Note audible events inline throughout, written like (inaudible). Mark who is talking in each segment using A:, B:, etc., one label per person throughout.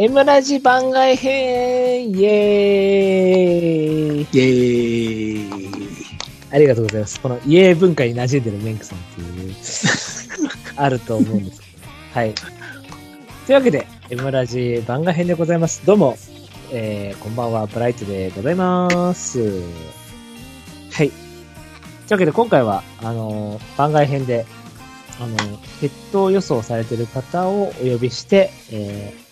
A: M ラジ番外編イエーイ
B: イエーイ。
A: ありがとうございます。このイエーイ文化に馴染んでるメンクさんっていう、あると思うんですけど。はい。というわけで、M ラジ番外編でございます。どうも、えー、こんばんは、ブライトでございます。はい。というわけで、今回は、あのー番外編で、あのー、決闘予想されてる方をお呼びして、えー、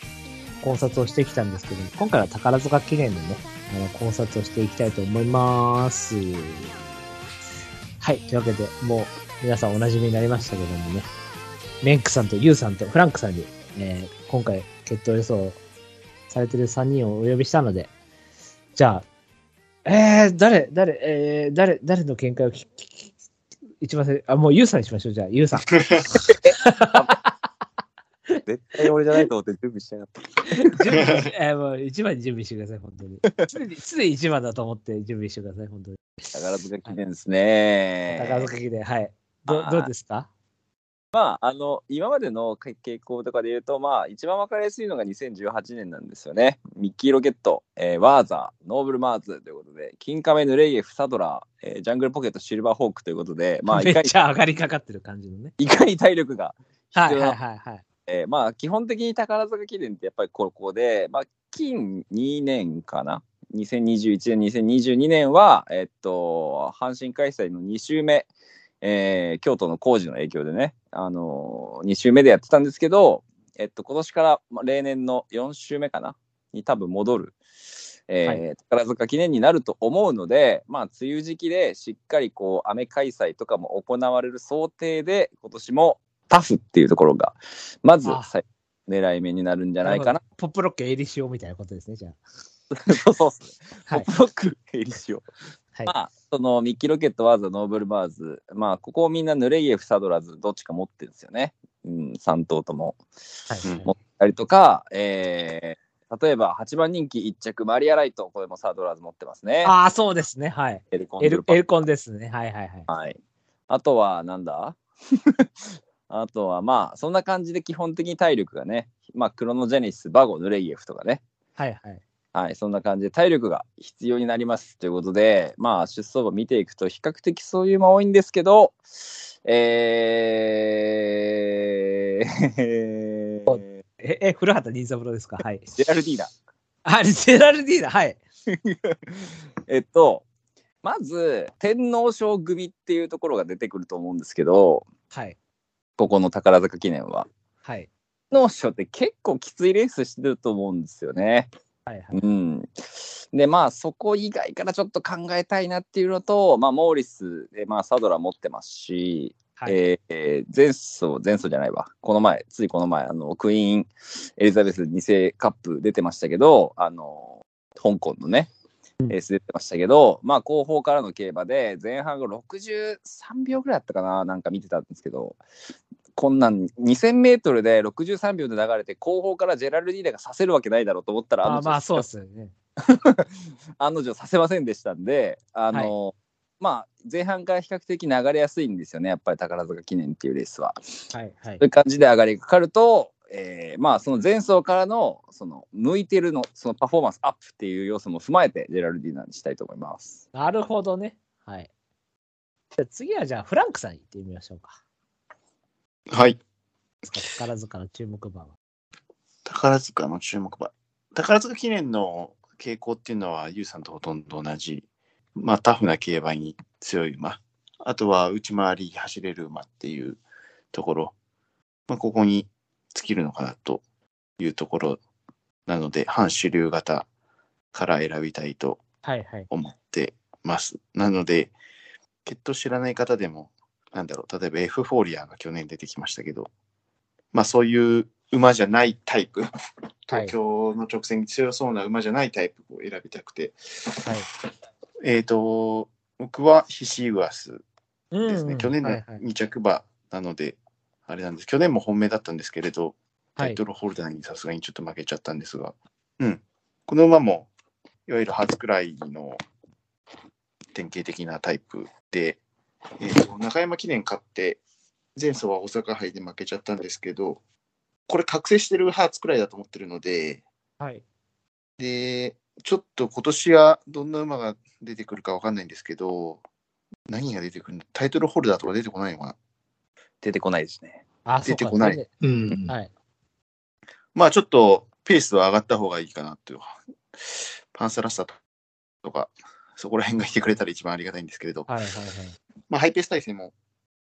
A: 考察をしてきたんですけども、今回は宝塚記念のね、あの、考察をしていきたいと思います。はい。というわけで、もう、皆さんお馴染みになりましたけどもね、メンクさんとユウさんとフランクさんに、えー今回、決闘予想されてる3人をお呼びしたので、じゃあ、えー、誰、誰、えー、誰、誰の見解を聞き、聞き一番最初、あ、もうユウさんにしましょう、じゃあ、ユウさん。
C: 絶対俺じゃないと思って準備しなかった。
A: 準備しえーもう一番に準備してください、本当に。常に、常に一番だと思って準備してください、本当に。
C: 宝塚記念ですね。
A: 高塚記念、はい。ど
C: あー
A: どうですか
C: まあ、あの、今までの傾向とかで言うと、まあ、一番わかりやすいのが2018年なんですよね。ミッキーロケット、えーワーザー、ノーブルマーズということで、金亀ヌレイエフ、サドラー、えージャングルポケット、シルバーホークということで、 (laughs) まあ、
A: め
C: い
A: っ
C: かに
A: ちゃ上がりかかってる感じのね。
C: いかに体力が
A: は
C: 必
A: い
C: 要
A: は
C: ない
A: はいはい。
C: えーまあ基本的に宝塚記念ってやっぱりここで、まあ、近2年かな2021年2022年はえっと阪神開催の2週目、えー京都の工事の影響でね、あのー、2週目でやってたんですけど、えっと、今年から、まあ、例年の4週目かなに多分戻る、えー宝塚記念になると思うので、まあ、梅雨時期でしっかりこう雨開催とかも行われる想定で今年もタフっていうところがまず
A: あ
C: 最狙い目になるんじゃないかな。
A: ポップロックエイリシオみたいなことですね、じゃ
C: (laughs) そうそうっすね
A: あ。はい
C: ポ。ップロックヘリシオ。
A: はい
C: まあ、そのミッキーロケット、ワーザ、ノーブルバーズ、まあ、ここをみんなヌレイエフ、サドラーズ、どっちか持ってるんですよね。うん、3頭とも。
A: はい
C: 持ったりとか、えー例えば8番人気1着、マリア・ライト、これもサドラーズ持ってますね。
A: ああ、そうですね、はい。
C: エルコン
A: エ
C: ド
A: ル
C: ルパ
A: エルコンですね、はいはいはい。
C: はい。あとは、なんだ (laughs) あとは、まあ、そんな感じで基本的に体力がね、まあ、クロノジェネシス、バゴ、ヌレイエフとかね、
A: はいはい。
C: はい、そんな感じで体力が必要になりますということで、まあ、出走馬見ていくと比較的そういう馬多いんですけど、えー、
A: え、え、古畑任三郎ですかはい。
C: (laughs) ジェラルディーナ。
A: あ、ジェラルディーナ、はい。
C: えっと、まず、天皇賞組っていうところが出てくると思うんですけど、
A: はい。
C: ここの宝塚記念は。
A: はい。
C: 天皇賞って結構きついレースしてると思うんですよね。
A: はいはい。
C: うん、でまあそこ以外からちょっと考えたいなっていうのと、まあ、モーリスで、まあ、サドラー持ってますし、
A: はい。
C: えーえー前走前走じゃないわこの前ついこの前あのクイーンエリザベス2世カップ出てましたけどあの香港のね
A: うん
C: レース出てましたけど、まあ後方からの競馬で前半が63秒ぐらいだったかななんか見てたんですけどこんなん 2000m で63秒で流れて後方からジェラルディーナがさせるわけないだろうと思ったら
A: まあ
C: 案の定
A: まあ、そうですよね。
C: 案の定させませんでしたんで、あのまあ、前半から比較的流れやすいんですよね、やっぱり宝塚記念っていうレースは。
A: はいはい
C: そうい。う感じで上がりかかると、えーまあ、その前走からのその向いてるのそのパフォーマンスアップっていう要素も踏まえて、ジェラルディーナにしたいと思います。
A: なるほどね。はい。じゃあ次はじゃあ、フランクさん行ってみましょうか。
B: はい。
A: 宝塚の注目馬は。
B: 宝塚の注目馬。宝塚記念の傾向っていうのは、ゆうさんとほとんど同じ、まあ、タフな競馬に強い馬。あとは、内回り走れる馬っていうところ。まあ、ここに尽きるのかなというところなので、反主流型から選びたいと
A: はいはい。
B: 思ってます。なので、きっと知らない方でも、なんだろう、例えばエフフォーリアが去年出てきましたけど、まあそういう馬じゃないタイプ、東京の直線に強そうな馬じゃないタイプを選びたくて、
A: はい。
B: えっ、と、僕はヒシウアス
A: うん
B: ですね、去年の
A: はいはい
B: 2着馬なので、あれなんです、去年も本命だったんですけれど、
A: は
B: タ
A: い
B: イトルホルダーにさすがにちょっと負けちゃったんですが、うん、この馬もいわゆる初くらいの典型的なタイプで、えーと中山記念勝って前走は大阪杯で負けちゃったんですけどこれ覚醒してるハーツくらいだと思ってるので
A: はい。
B: で、ちょっと今年はどんな馬が出てくるかわかんないんですけど、何が出てくるのタイトルホルダーとか出てこないのかな
C: 出てこないですね。
A: あ、
B: 出てこない
A: そうか
D: うん。
A: はい。
B: まあちょっとペースは上がった方がいいかなっていう。パンサラッサとか、そこら辺が来てくれたら一番ありがたいんですけれど、
A: はいはいはい。
B: まあハイペース体制も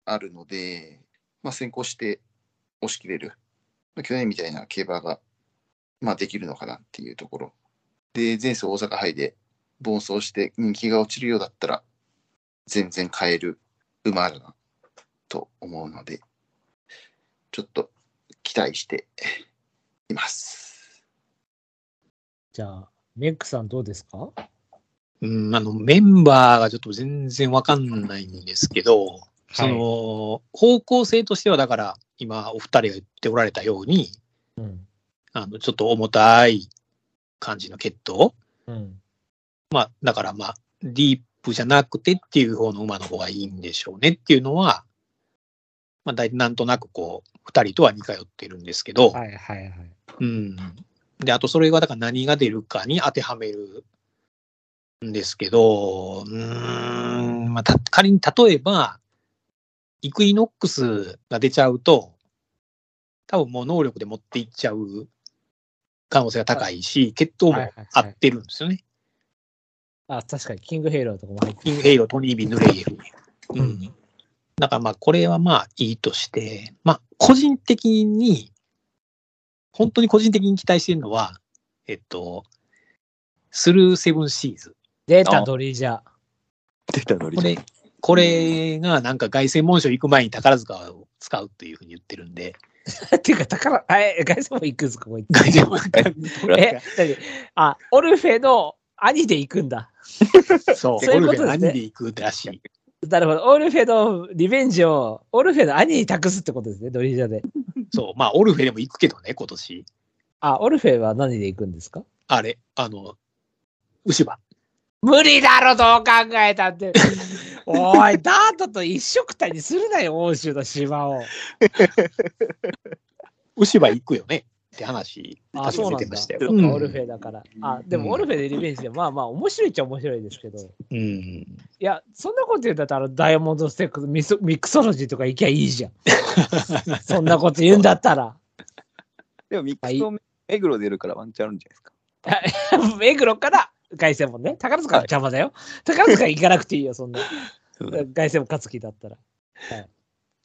B: あるので、まあ先行して押し切れる。まあ去年みたいな競馬が、まあできるのかなっていうところ。で、前走大阪杯で暴走して人気が落ちるようだったら、全然買える馬だなと思うので、ちょっと期待しています。
A: じゃあ、メックさんどうですか
D: うん、あの、メンバーがちょっと全然わかんないんですけど、その、方向性としては、だから、今、お二人が言っておられたように、
A: うん。
D: あの、ちょっと重たい感じの血統
A: うん。
D: まあ、だからまあ、ディープじゃなくてっていう方の馬の方がいいんでしょうねっていうのは、まあ、大体なんとなくこう、二人とは似通ってるんですけど、
A: はいはいはい。
D: うん。で、あとそれがだから何が出るかに当てはめるんですけど、うーん、まあ、た仮に例えば、イクイノックスが出ちゃうと、多分もう能力で持っていっちゃう可能性が高いし、血統
A: はい
D: も
A: はい
D: 合
A: はい
D: ってるんですよね。
A: あ、確かに、キングヘイローとかも入って
D: キングヘイロー、トニー・ビン・ヌレイエフ。う。
A: うん
D: だからまあ、これはまあいいとして、まあ、個人的に、本当に個人的に期待してるのは、えっと、スルーセブンシーズ。
A: データ
C: あ
A: ドリジャー。
C: 出たの
D: これ、これがなんか凱旋門賞行く前に宝塚を使うっていうふうに言ってるんで、
A: っていうか、宝、あえ、ガイソも行くんですかもう行く
D: 凱旋門
A: え、何あ、オルフェの兄で行くんだ。
D: そう、
A: そういう
D: ゴ
A: こ
D: ル
A: とです
D: フェ
A: ね
D: 何で行くってらしい。
A: なるほど。オルフェのリベンジを、オルフェの兄に託すってことですね、ドリジャーで。
D: そう、まあ、オルフェでも行くけどね、今年。
A: あ、オルフェは何で行くんですか
D: あれ、あの、牛場。
A: 無理だろ、どう考えた (laughs) って。おい、ダートと一色体にするなよ、欧州の島を。
D: 牛場行くよねって話、
A: あ、
D: 確
A: そ
D: か
A: う
D: 出
A: なんだ。
D: てま
A: そ
D: した
A: う
D: よ。
A: か
D: うん
A: オルフェだから。あ、で
D: うん
A: もオルフェでリベンジで、まあまあ、面白いっちゃ面白いですけど。
D: うん。
A: いや、そんなこと言うんだったら、ダイヤモンドステックスミソミクソロジーとか行きゃいい
D: (laughs)
A: じゃん。そんなこと言うんだったら。 (laughs)
C: でもミックスと目黒出るからワンチャンあるんじゃないですか。
A: 目黒から凱旋門ね。宝塚は邪魔だよ。宝塚行かなくていいよ、そんな。
C: う
A: 凱旋門勝つ気だったら。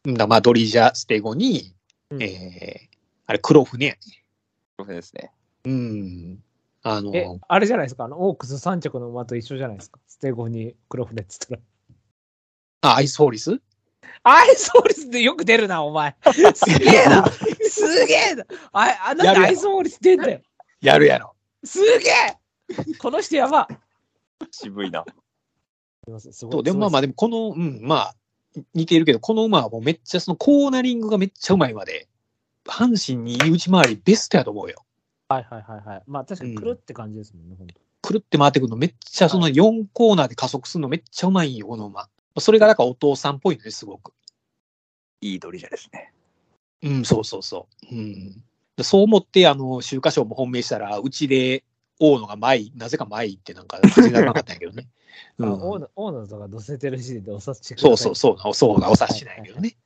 D: だまあ、ドリジャーステゴに、
A: うん
D: えー、あれ、黒船やね。
C: そうですね。
D: うん。あの、
A: え、あれじゃないですか。あの、オークス3着の馬と一緒じゃないですか。ステゴに黒船っつったら。
D: あ、アイスホーリス
A: アイスホーリスでよく出るな、お前。すげえな。すげえな。あ、あなんでアイスホーリス出んだよ。
D: やるやろ。
A: すげえこの人やば。
C: 渋いな。
A: す
D: そうでもまあまあ、でもこの、うん、まあ、似ているけど、この馬はもうめっちゃ、そのコーナリングがめっちゃうまい馬で、阪神に打ち回りベストやと思うよ。
A: はいはいはいはい。まあ確かに黒って感じですもんね、本当
D: くるって回ってくるのめっちゃ、その4コーナーで加速するのめっちゃうまいんよ、この馬。それがだからお父さんっぽいのね、すごく。
C: いいドリジャーですね。
D: うん、そうそうそう。うん、そう思って、あの、秋華賞も本命したら、うちで、大野が前に、なぜか前に行ってなんか、走らなかったんやけどね。う
A: (laughs) あ
D: ん、
A: 大野大野とか乗せてる時点でお察しくださ
D: そ
A: いう
D: そうそう、そうがお察しないけどね。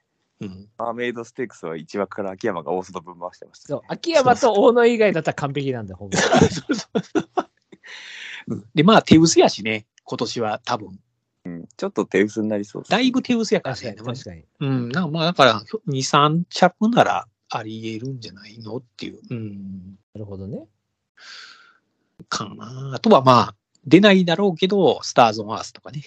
D: うん。
C: マーメイドステークスは一枠から秋山が大外ぶん回してました、
A: そう。秋山と大野以外だったら完璧なんだよ、ほんまに
D: そうそうそううんで、まあ、手薄やしね、今年は多分。
C: ちょっと手薄になりそうですね
D: だいぶ手薄やから
A: 確か
D: ね
A: に、。確かに。
D: うん、なんかまあ、だから、2、3着ならあり得るんじゃないのっていう。うん。
A: なるほどね。
D: かな。あとはまあ、出ないだろうけど、スターズ・オン・アースとかね。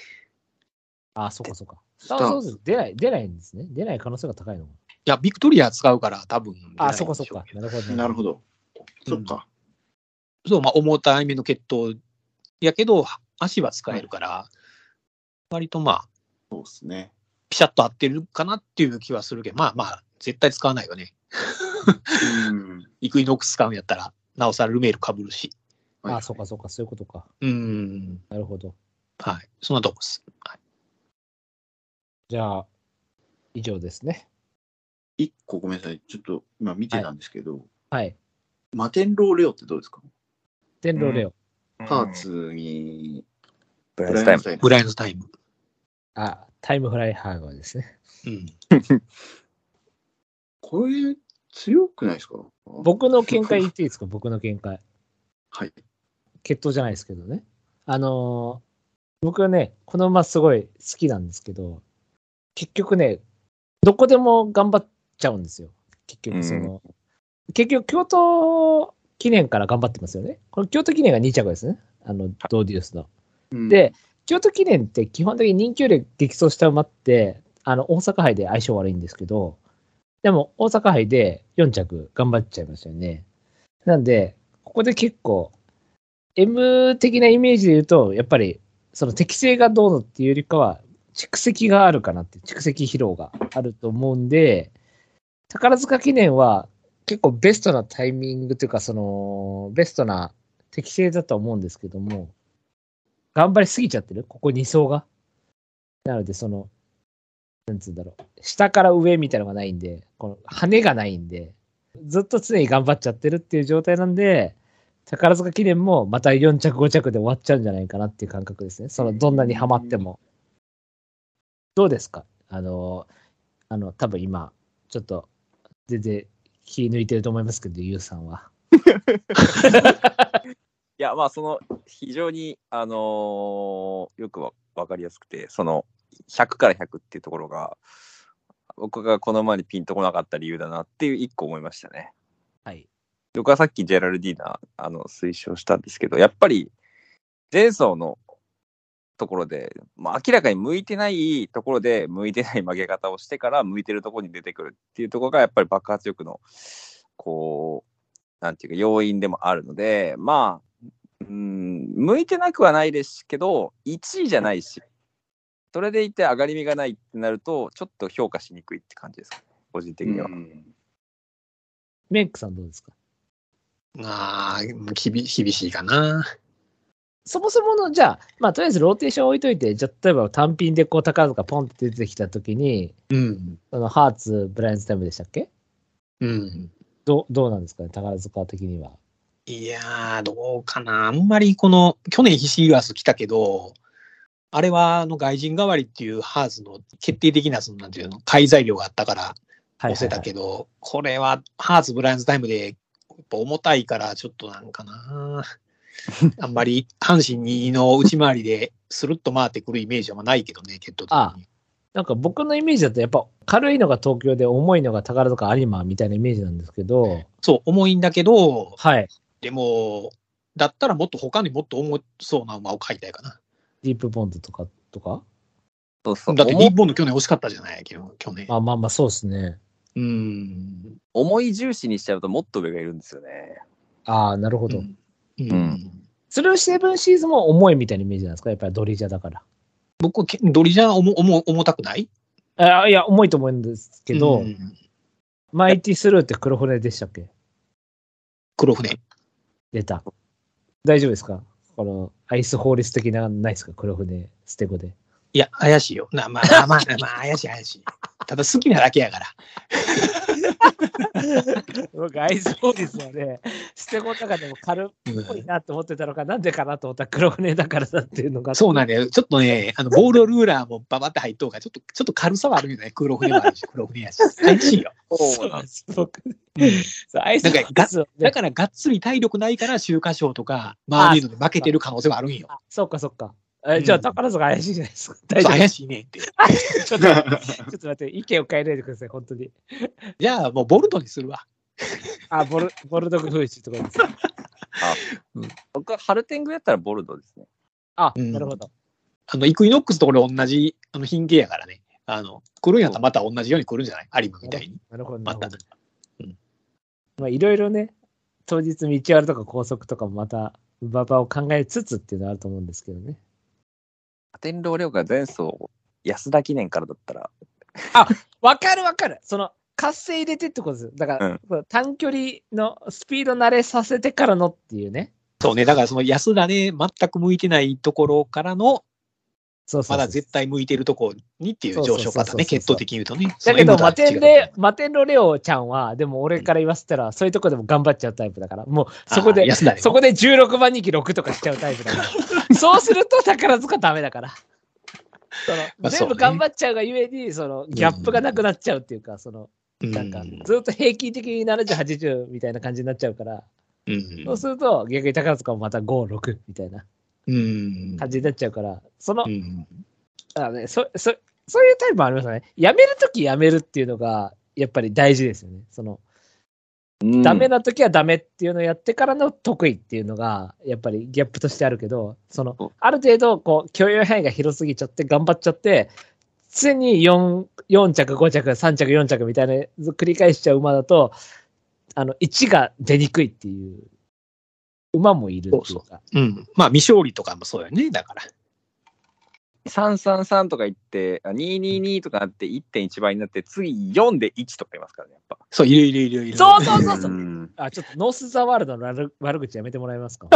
A: あ、そうかそうか。
B: タ
A: あ
B: ー
A: そうです。出ない、出ないんですね。出ない可能性が高いのか。
D: いや、ビクトリア使うから多分。
A: あ、そうかそうか。。なるほど。
B: なるほ
A: ど。
B: ど。そっか。
D: そう、まあ、重たい目の血統やけど、足は使えるから、割とまあ、
B: そうですね。
D: ピシャッと合ってるかなっていう気はするけど、まあまあ、絶対使わないよね。
B: うん
D: イクイノックス使うんやったら、なおさらルメール被るし。
A: あ、そうかそうか。そういうことか。
D: うん。
A: なるほど。
D: はい。そんなとこです。はい、
A: じゃあ、以上ですね。
B: 一個ごめんなさい。ちょっと今見てたんですけど、
A: はい。
B: マテンローレオってどうですか
A: 天狼レオ。
B: パーツに、
C: ブラ
B: ブ
C: イ
B: ラ
C: ス
B: イア
C: タイ
B: ン
C: ム
B: ス。タイム
D: ブラインドタイム。
A: あ、タイムフライハーガーですね。
D: うん。
B: これ、強くないですか
A: 僕の見解言っていいですか僕の見解。
B: はい。
A: 決闘じゃないですけどね。あのー僕はね、この馬すごい好きなんですけど、結局ね、どこでも頑張っちゃうんですよ。結局その、結局京都記念から頑張ってますよね。この京都記念が2着ですね。あの、ドーデュースの。
B: うん
A: で、京都記念って基本的に人気より激走した馬って、あの、大阪杯で相性悪いんですけど、でも大阪杯で4着頑張っちゃいましたよね。なんで、ここで結構、M 的なイメージで言うと、やっぱり、その適性がどうのっていうよりかは、蓄積があるかなって、蓄積疲労があると思うんで、宝塚記念は結構ベストなタイミングというか、その、ベストな適性だと思うんですけども、頑張りすぎちゃってるここ2層が。なので、その、なんつうんだろう。下から上みたいなのがないんで、この羽がないんで、ずっと常に頑張っちゃってるっていう状態なんで、宝塚記念もまた4着5着で終わっちゃうんじゃないかなっていう感覚ですね。その、どんなにハマっても。どうですかあの、あの、多分今、ちょっと、全然気抜いてると思いますけど、ゆうさんは。
C: いや、まあ、その、非常に、あのーよくわわかりやすくて、その、100から100っていうところが、僕がこの前にピンとこなかった理由だなっていう一個思いましたね。
A: はい。
C: 僕はさっきジェラルディーナ、あの、推奨したんですけど、やっぱり、前走のところで、まあ、明らかに向いてないところで、向いてない曲げ方をしてから、向いてるところに出てくるっていうところが、やっぱり爆発力の、こう、なんていうか、要因でもあるので、まあ、うん、向いてなくはないですけど、1位じゃないし、それでいて上がり身がないってなると、ちょっと評価しにくいって感じですかね、個人的には。
B: うん
A: メンクさんどうですか
D: ああ、きび厳しいかな。
A: そもそもの、じゃあ、まあ、とりあえずローテーション置いといて、じゃあ、例えば単品でこう、高塚ポンって出てきたときに、
D: うん。
A: そのハーツ、ブライアンズタイムでしたっけ
D: うん。
A: どうどうなんですかね、宝塚的には。
D: いやー、どうかな。あんまりこの、去年ヒシイワス来たけど、あれはあの外人代わりっていうハーズの決定的な、そのなんていうの、介材料があったから押せたけど、これはハーズブライアンズタイムで、やっぱ重たいから、ちょっとなんかな。あんまり阪神2の内回りで、スルッと回ってくるイメージはないけどね、決闘的に。
A: あなんか僕のイメージだと、やっぱ軽いのが東京で、重いのが宝塚有馬みたいなイメージなんですけど、
D: そう、重いんだけど、
A: はい。
D: でも、だったらもっと他にもっと重そうな馬を買いたいかな。
A: ディープボンドとか、とか。
C: そうそう
D: だって
C: 重
D: 日本の去年惜しかったじゃない、去年。
A: まあまあまあ、そうですね。
D: うん。
C: 重い重視にしちゃうともっと上がいるんですよね。
A: ああ、なるほど。
D: うん
A: それをセブンシーズンも重いみたいなイメージなんですかやっぱりドリジャだから。
D: 僕はけドリジャー重重重たくない
A: あいや、重いと思うんですけど、
D: うん
A: マイティスルーって黒船でしたっけ
D: 黒船。
A: 出た。大丈夫ですかこのアイス法律的なのないですか黒船、捨て子で。
D: いや、怪しいよ。なまあ、まあ、まあ、まあ、怪しい、怪しい。ただ好きなだけやから。
A: 僕、アイス法律は (laughs) ね、捨て子の中でも軽っぽいなと思ってたのか、なんでかなと思ったら黒船だからだっていうのが。
D: そうなんだよ。ちょっとね、あの、ボールルーラーもババって入っとうから、ちょっと、ちょっと軽さはあるよね。黒船もあるし、黒船やし。怪しいよ。
A: そうなんです。僕、そうアイス
D: なん
A: 法
D: か
A: 律を
D: だ
A: ね。
D: から、がっつり体力ないから、週刊賞とか、マーメイドで負けてる可能性はあるんよ。
A: あそうか、そうか。えじゃあ、
D: うん
A: 宝塚怪しいじゃないですか。大
D: ちょ
A: 丈
D: っと
A: 夫
D: 怪しいねって。
A: ちょっと待って、ちょっと待って、意見を変えないでください、本当に。
D: じゃあ、もうボルトにするわ。
A: あ、ボルボルドグフーシとかです。
C: 僕はハルテングやったらボルドですね。
A: あ、
D: うん
A: なるほど。
D: あの、イクイノックスとこれ同じ、あの、品形やからね。あの、来るんやったらまた同じように来るんじゃない有馬みたいに。
A: なるほど、な
D: ま
A: るほ
D: た
A: ど。。まあ、いろいろね、当日道あるとか高速とかもまた、馬場を考えつつっていうのはあると思うんですけどね。
C: アテンローレオが前走安田記念からだったら、
A: わかるわかるその、活性入れてってことです。だから、短距離のスピード慣れさせてからのっていうね。
D: そうね。だからその安田ね、全く向いてないところからの、
A: そうそうそう
D: まだ絶対向いてるとこにっていう上昇パターンね、
A: そうそうそうそう
D: 血統的に言うとね。
A: だけど、
D: そういう
A: マ
D: 意
A: テ
D: 味
A: ン
D: とは違う
A: で、マテンロレオちゃんは、でも俺から言わせたら、そういうとこでも頑張っちゃうタイプだから、もうそこ
D: あー
A: で、
D: 安田でも
A: そこで16番人気6とかしちゃうタイプだ
D: (laughs)
A: から。そうすると宝塚ダメだから。その
D: まあ
A: 全
D: そ
A: 部
D: うね
A: 頑張っちゃうがゆえに、そのギャップがなくなっちゃうっていうか、その、
D: う
A: なんか、ずっと平均的に70、80みたいな感じになっちゃうから、
D: うん
A: そうすると逆に宝塚もまた5、6みたいな
D: うん
A: 感じになっちゃうから、その
D: う、ん
A: あのね、そ、そ、そういうタイプもありますよね。やめるときやめるっていうのが、やっぱり大事ですよね。その、
C: うん
A: ダメな時はダメっていうのをやってからの得意っていうのが、やっぱりギャップとしてあるけど、その
C: そう、
A: ある程度、こう、許容範囲が広すぎちゃって、頑張っちゃって、常に 4, 4着、5着、3着、4着みたいな繰り返しちゃう馬だと、あの、1が出にくいっていう、馬もいるっていうか。
D: そううん。まあ、未勝利とかもそうよね、だから。
C: 333とか言って、あ222とかなって1.1倍になって、次4で1とかいますからね、やっぱ。
D: そう、いるいるいるいる。
A: そうそうそうそう
B: うん
A: あ、ちょっとノース・ザ・ワールドの悪悪口やめてもらえますか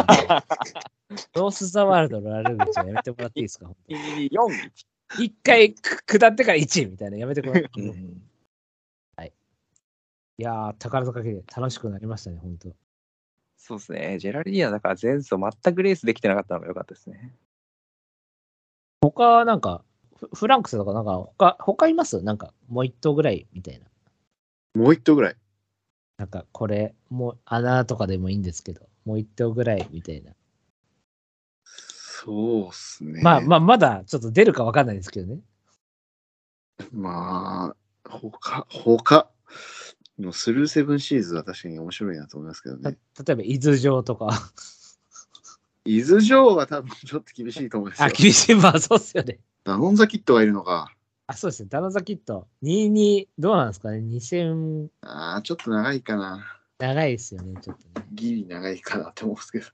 A: ノース・ザ・ワールドの悪口はやめてもらっていいですか
C: 222、4で1。
A: 一回く下ってから1位みたいなやめてください。
D: (laughs) う
A: い
D: ん
A: やー、宝塚系楽しくなりましたね、本当
C: そうですね。ジェラルディアだから前走全くレースできてなかったのが良かったですね。
A: (laughs) 他なんか、フフランクスとかなんか他、他いますなんか、もう一頭ぐらいみたいな。
B: もう一頭ぐらい。
A: なんか、これ、もう穴とかでもいいんですけど、もう一頭ぐらいみたいな。
B: そうっすね。
A: まあまあ、まだちょっと出るかわかんないですけどね。
B: まあ、他、他、もうスルーセブンシーズは確かに面白いなと思いますけど
A: た
B: ね。
A: 例えば、伊豆城とか。
B: 伊豆城は多分ちょっと厳しいと思います
A: あ、
B: よ。
A: (laughs) 厳しい、まあそうっすよね。
B: ダノンザキットがいるのか。
A: あ、そうですね。ダノザキット。22、どうなんですかね ?2000、
B: ああ、ちょっと長いかな。
A: 長いですよね、ちょっとね。
B: ギリ長いかなって思うんですけど。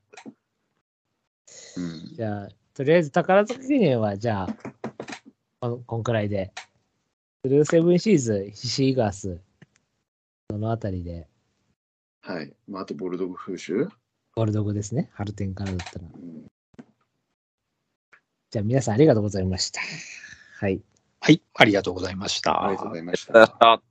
B: うん。
A: じゃあ、とりあえず宝塚記念は、じゃあ、こんこんくらいで。ブルーセブンシーズ、ヒシイガース、そのあたりで、
B: はい。まあ、あと、ボルドグ風習。
A: ゴールドグですね。ハルテンからだったら。
B: うん
A: じゃあ、皆さんありがとうございました。はい。
D: はい、ありがとうございました。
B: ありがとうございました。
C: あ